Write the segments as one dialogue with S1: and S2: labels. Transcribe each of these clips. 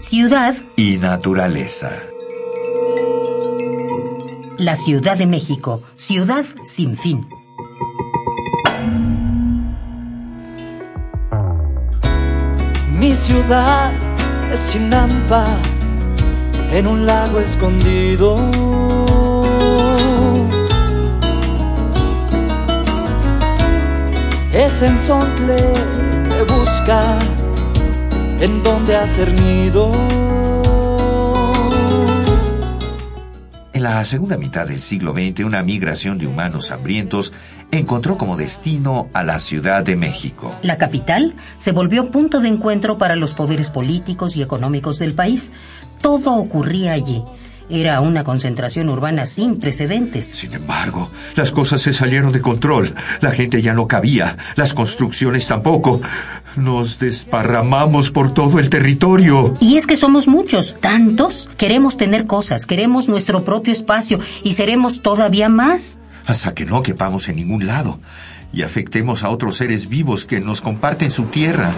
S1: Ciudad,
S2: y naturaleza.
S1: la Ciudad de México, ciudad sin fin.
S3: Mi ciudad es Chinampa, en un lago escondido. Es en Sontle que busca en donde hacer nido.
S2: En la segunda mitad del siglo XX, una migración de humanos hambrientos encontró como destino a la Ciudad de México.
S1: La capital se volvió punto de encuentro para los poderes políticos y económicos del país. Todo ocurría allí. Era una concentración urbana sin precedentes.
S2: Sin embargo, las cosas se salieron de control. La gente ya no cabía, las construcciones tampoco. Nos desparramamos por todo el territorio.
S1: Y es que somos muchos, tantos. Queremos tener cosas, queremos nuestro propio espacio y seremos todavía más.
S2: hasta que no quepamos en ningún lado y afectemos a otros seres vivos que nos comparten su tierra.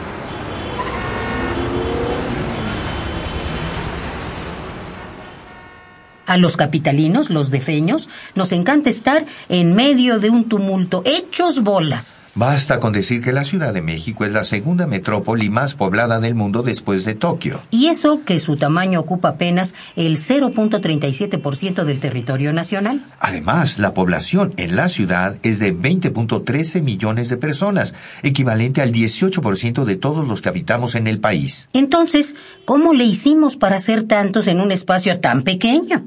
S1: A los capitalinos, los defeños, nos encanta estar en medio de un tumulto, hechos bolas.
S2: Basta con decir que la Ciudad de México es la segunda metrópoli más poblada del mundo después de Tokio.
S1: Y eso que su tamaño ocupa apenas el 0.37% del territorio nacional.
S2: Además, la población en la ciudad es de 20.13 millones de personas, equivalente al 18% de todos los que habitamos en el país.
S1: Entonces, ¿cómo le hicimos para ser tantos en un espacio tan pequeño?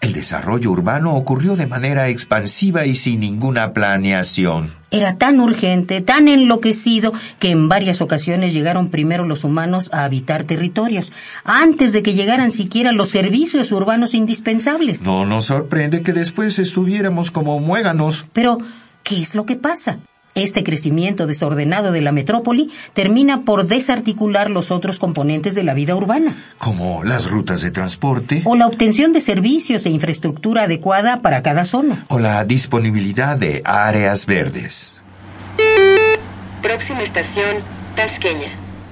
S2: El desarrollo urbano ocurrió de manera expansiva y sin ninguna planeación.
S1: Era tan urgente, tan enloquecido, que en varias ocasiones llegaron primero los humanos a habitar territorios, antes de que llegaran siquiera los servicios urbanos indispensables.
S2: No nos sorprende que después estuviéramos como muéganos.
S1: Pero, ¿qué es lo que pasa? Este crecimiento desordenado de la metrópoli termina por desarticular los otros componentes de la vida urbana.
S2: como las rutas de transporte
S1: o la obtención de servicios e infraestructura adecuada para cada zona.
S2: o la disponibilidad de áreas verdes.
S4: Próxima estación, Tasqueña.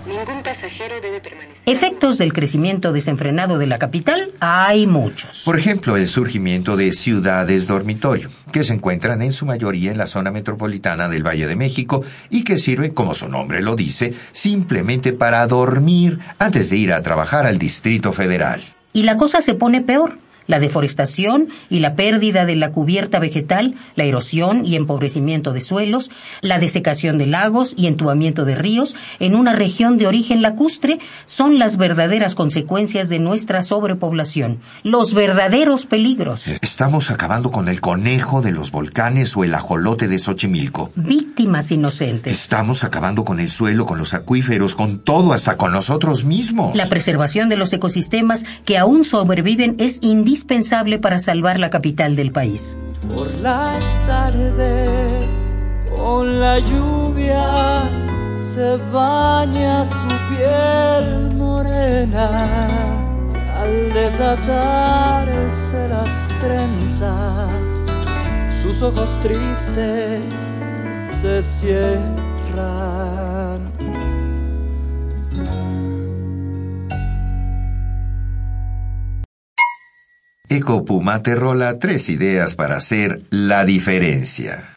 S4: Ningún pasajero debe permanecer.
S1: Efectos del crecimiento desenfrenado de la capital hay muchos.
S2: Por ejemplo, el surgimiento de ciudades dormitorio, que se encuentran en su mayoría en la zona metropolitana del Valle de México y que sirven, como su nombre lo dice, simplemente para dormir antes de ir a trabajar al Distrito Federal.
S1: Y la cosa se pone peor. La deforestación y la pérdida de la cubierta vegetal, la erosión y empobrecimiento de suelos, la desecación de lagos y entubamiento de ríos en una región de origen lacustre son las verdaderas consecuencias de nuestra sobrepoblación, los verdaderos peligros.
S2: Estamos acabando con el conejo de los volcanes o el ajolote de Xochimilco.
S1: Víctimas inocentes.
S2: Estamos acabando con el suelo, con los acuíferos, con todo, hasta con nosotros mismos.
S1: La preservación de los ecosistemas que aún sobreviven es indispensable para salvar la capital del país.
S3: Por las tardes, con la lluvia, se baña su piel morena. Al desatarse las trenzas, sus ojos tristes se cierran.
S2: Ecopuma te rola tres ideas para hacer la diferencia.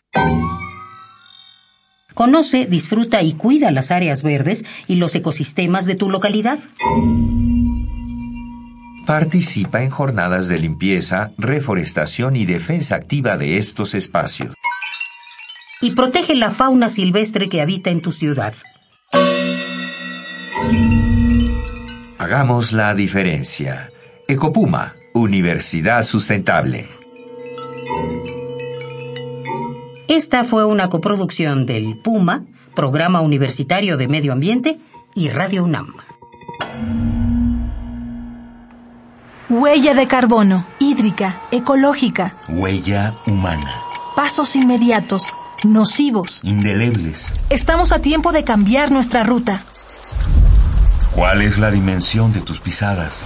S1: Conoce, disfruta y cuida las áreas verdes y los ecosistemas de tu localidad.
S2: Participa en jornadas de limpieza, reforestación y defensa activa de estos espacios.
S1: Y protege la fauna silvestre que habita en tu ciudad.
S2: Hagamos la diferencia. Ecopuma, Universidad Sustentable.
S1: Esta fue una coproducción del PUMA, Programa Universitario de Medio Ambiente, y Radio UNAM.
S5: Huella de carbono, hídrica, ecológica,
S6: Huella humana.
S5: pasos inmediatos, nocivos.
S6: Indelebles.
S5: Estamos a tiempo de cambiar nuestra ruta,
S6: ¿Cuál es la dimensión de tus pisadas?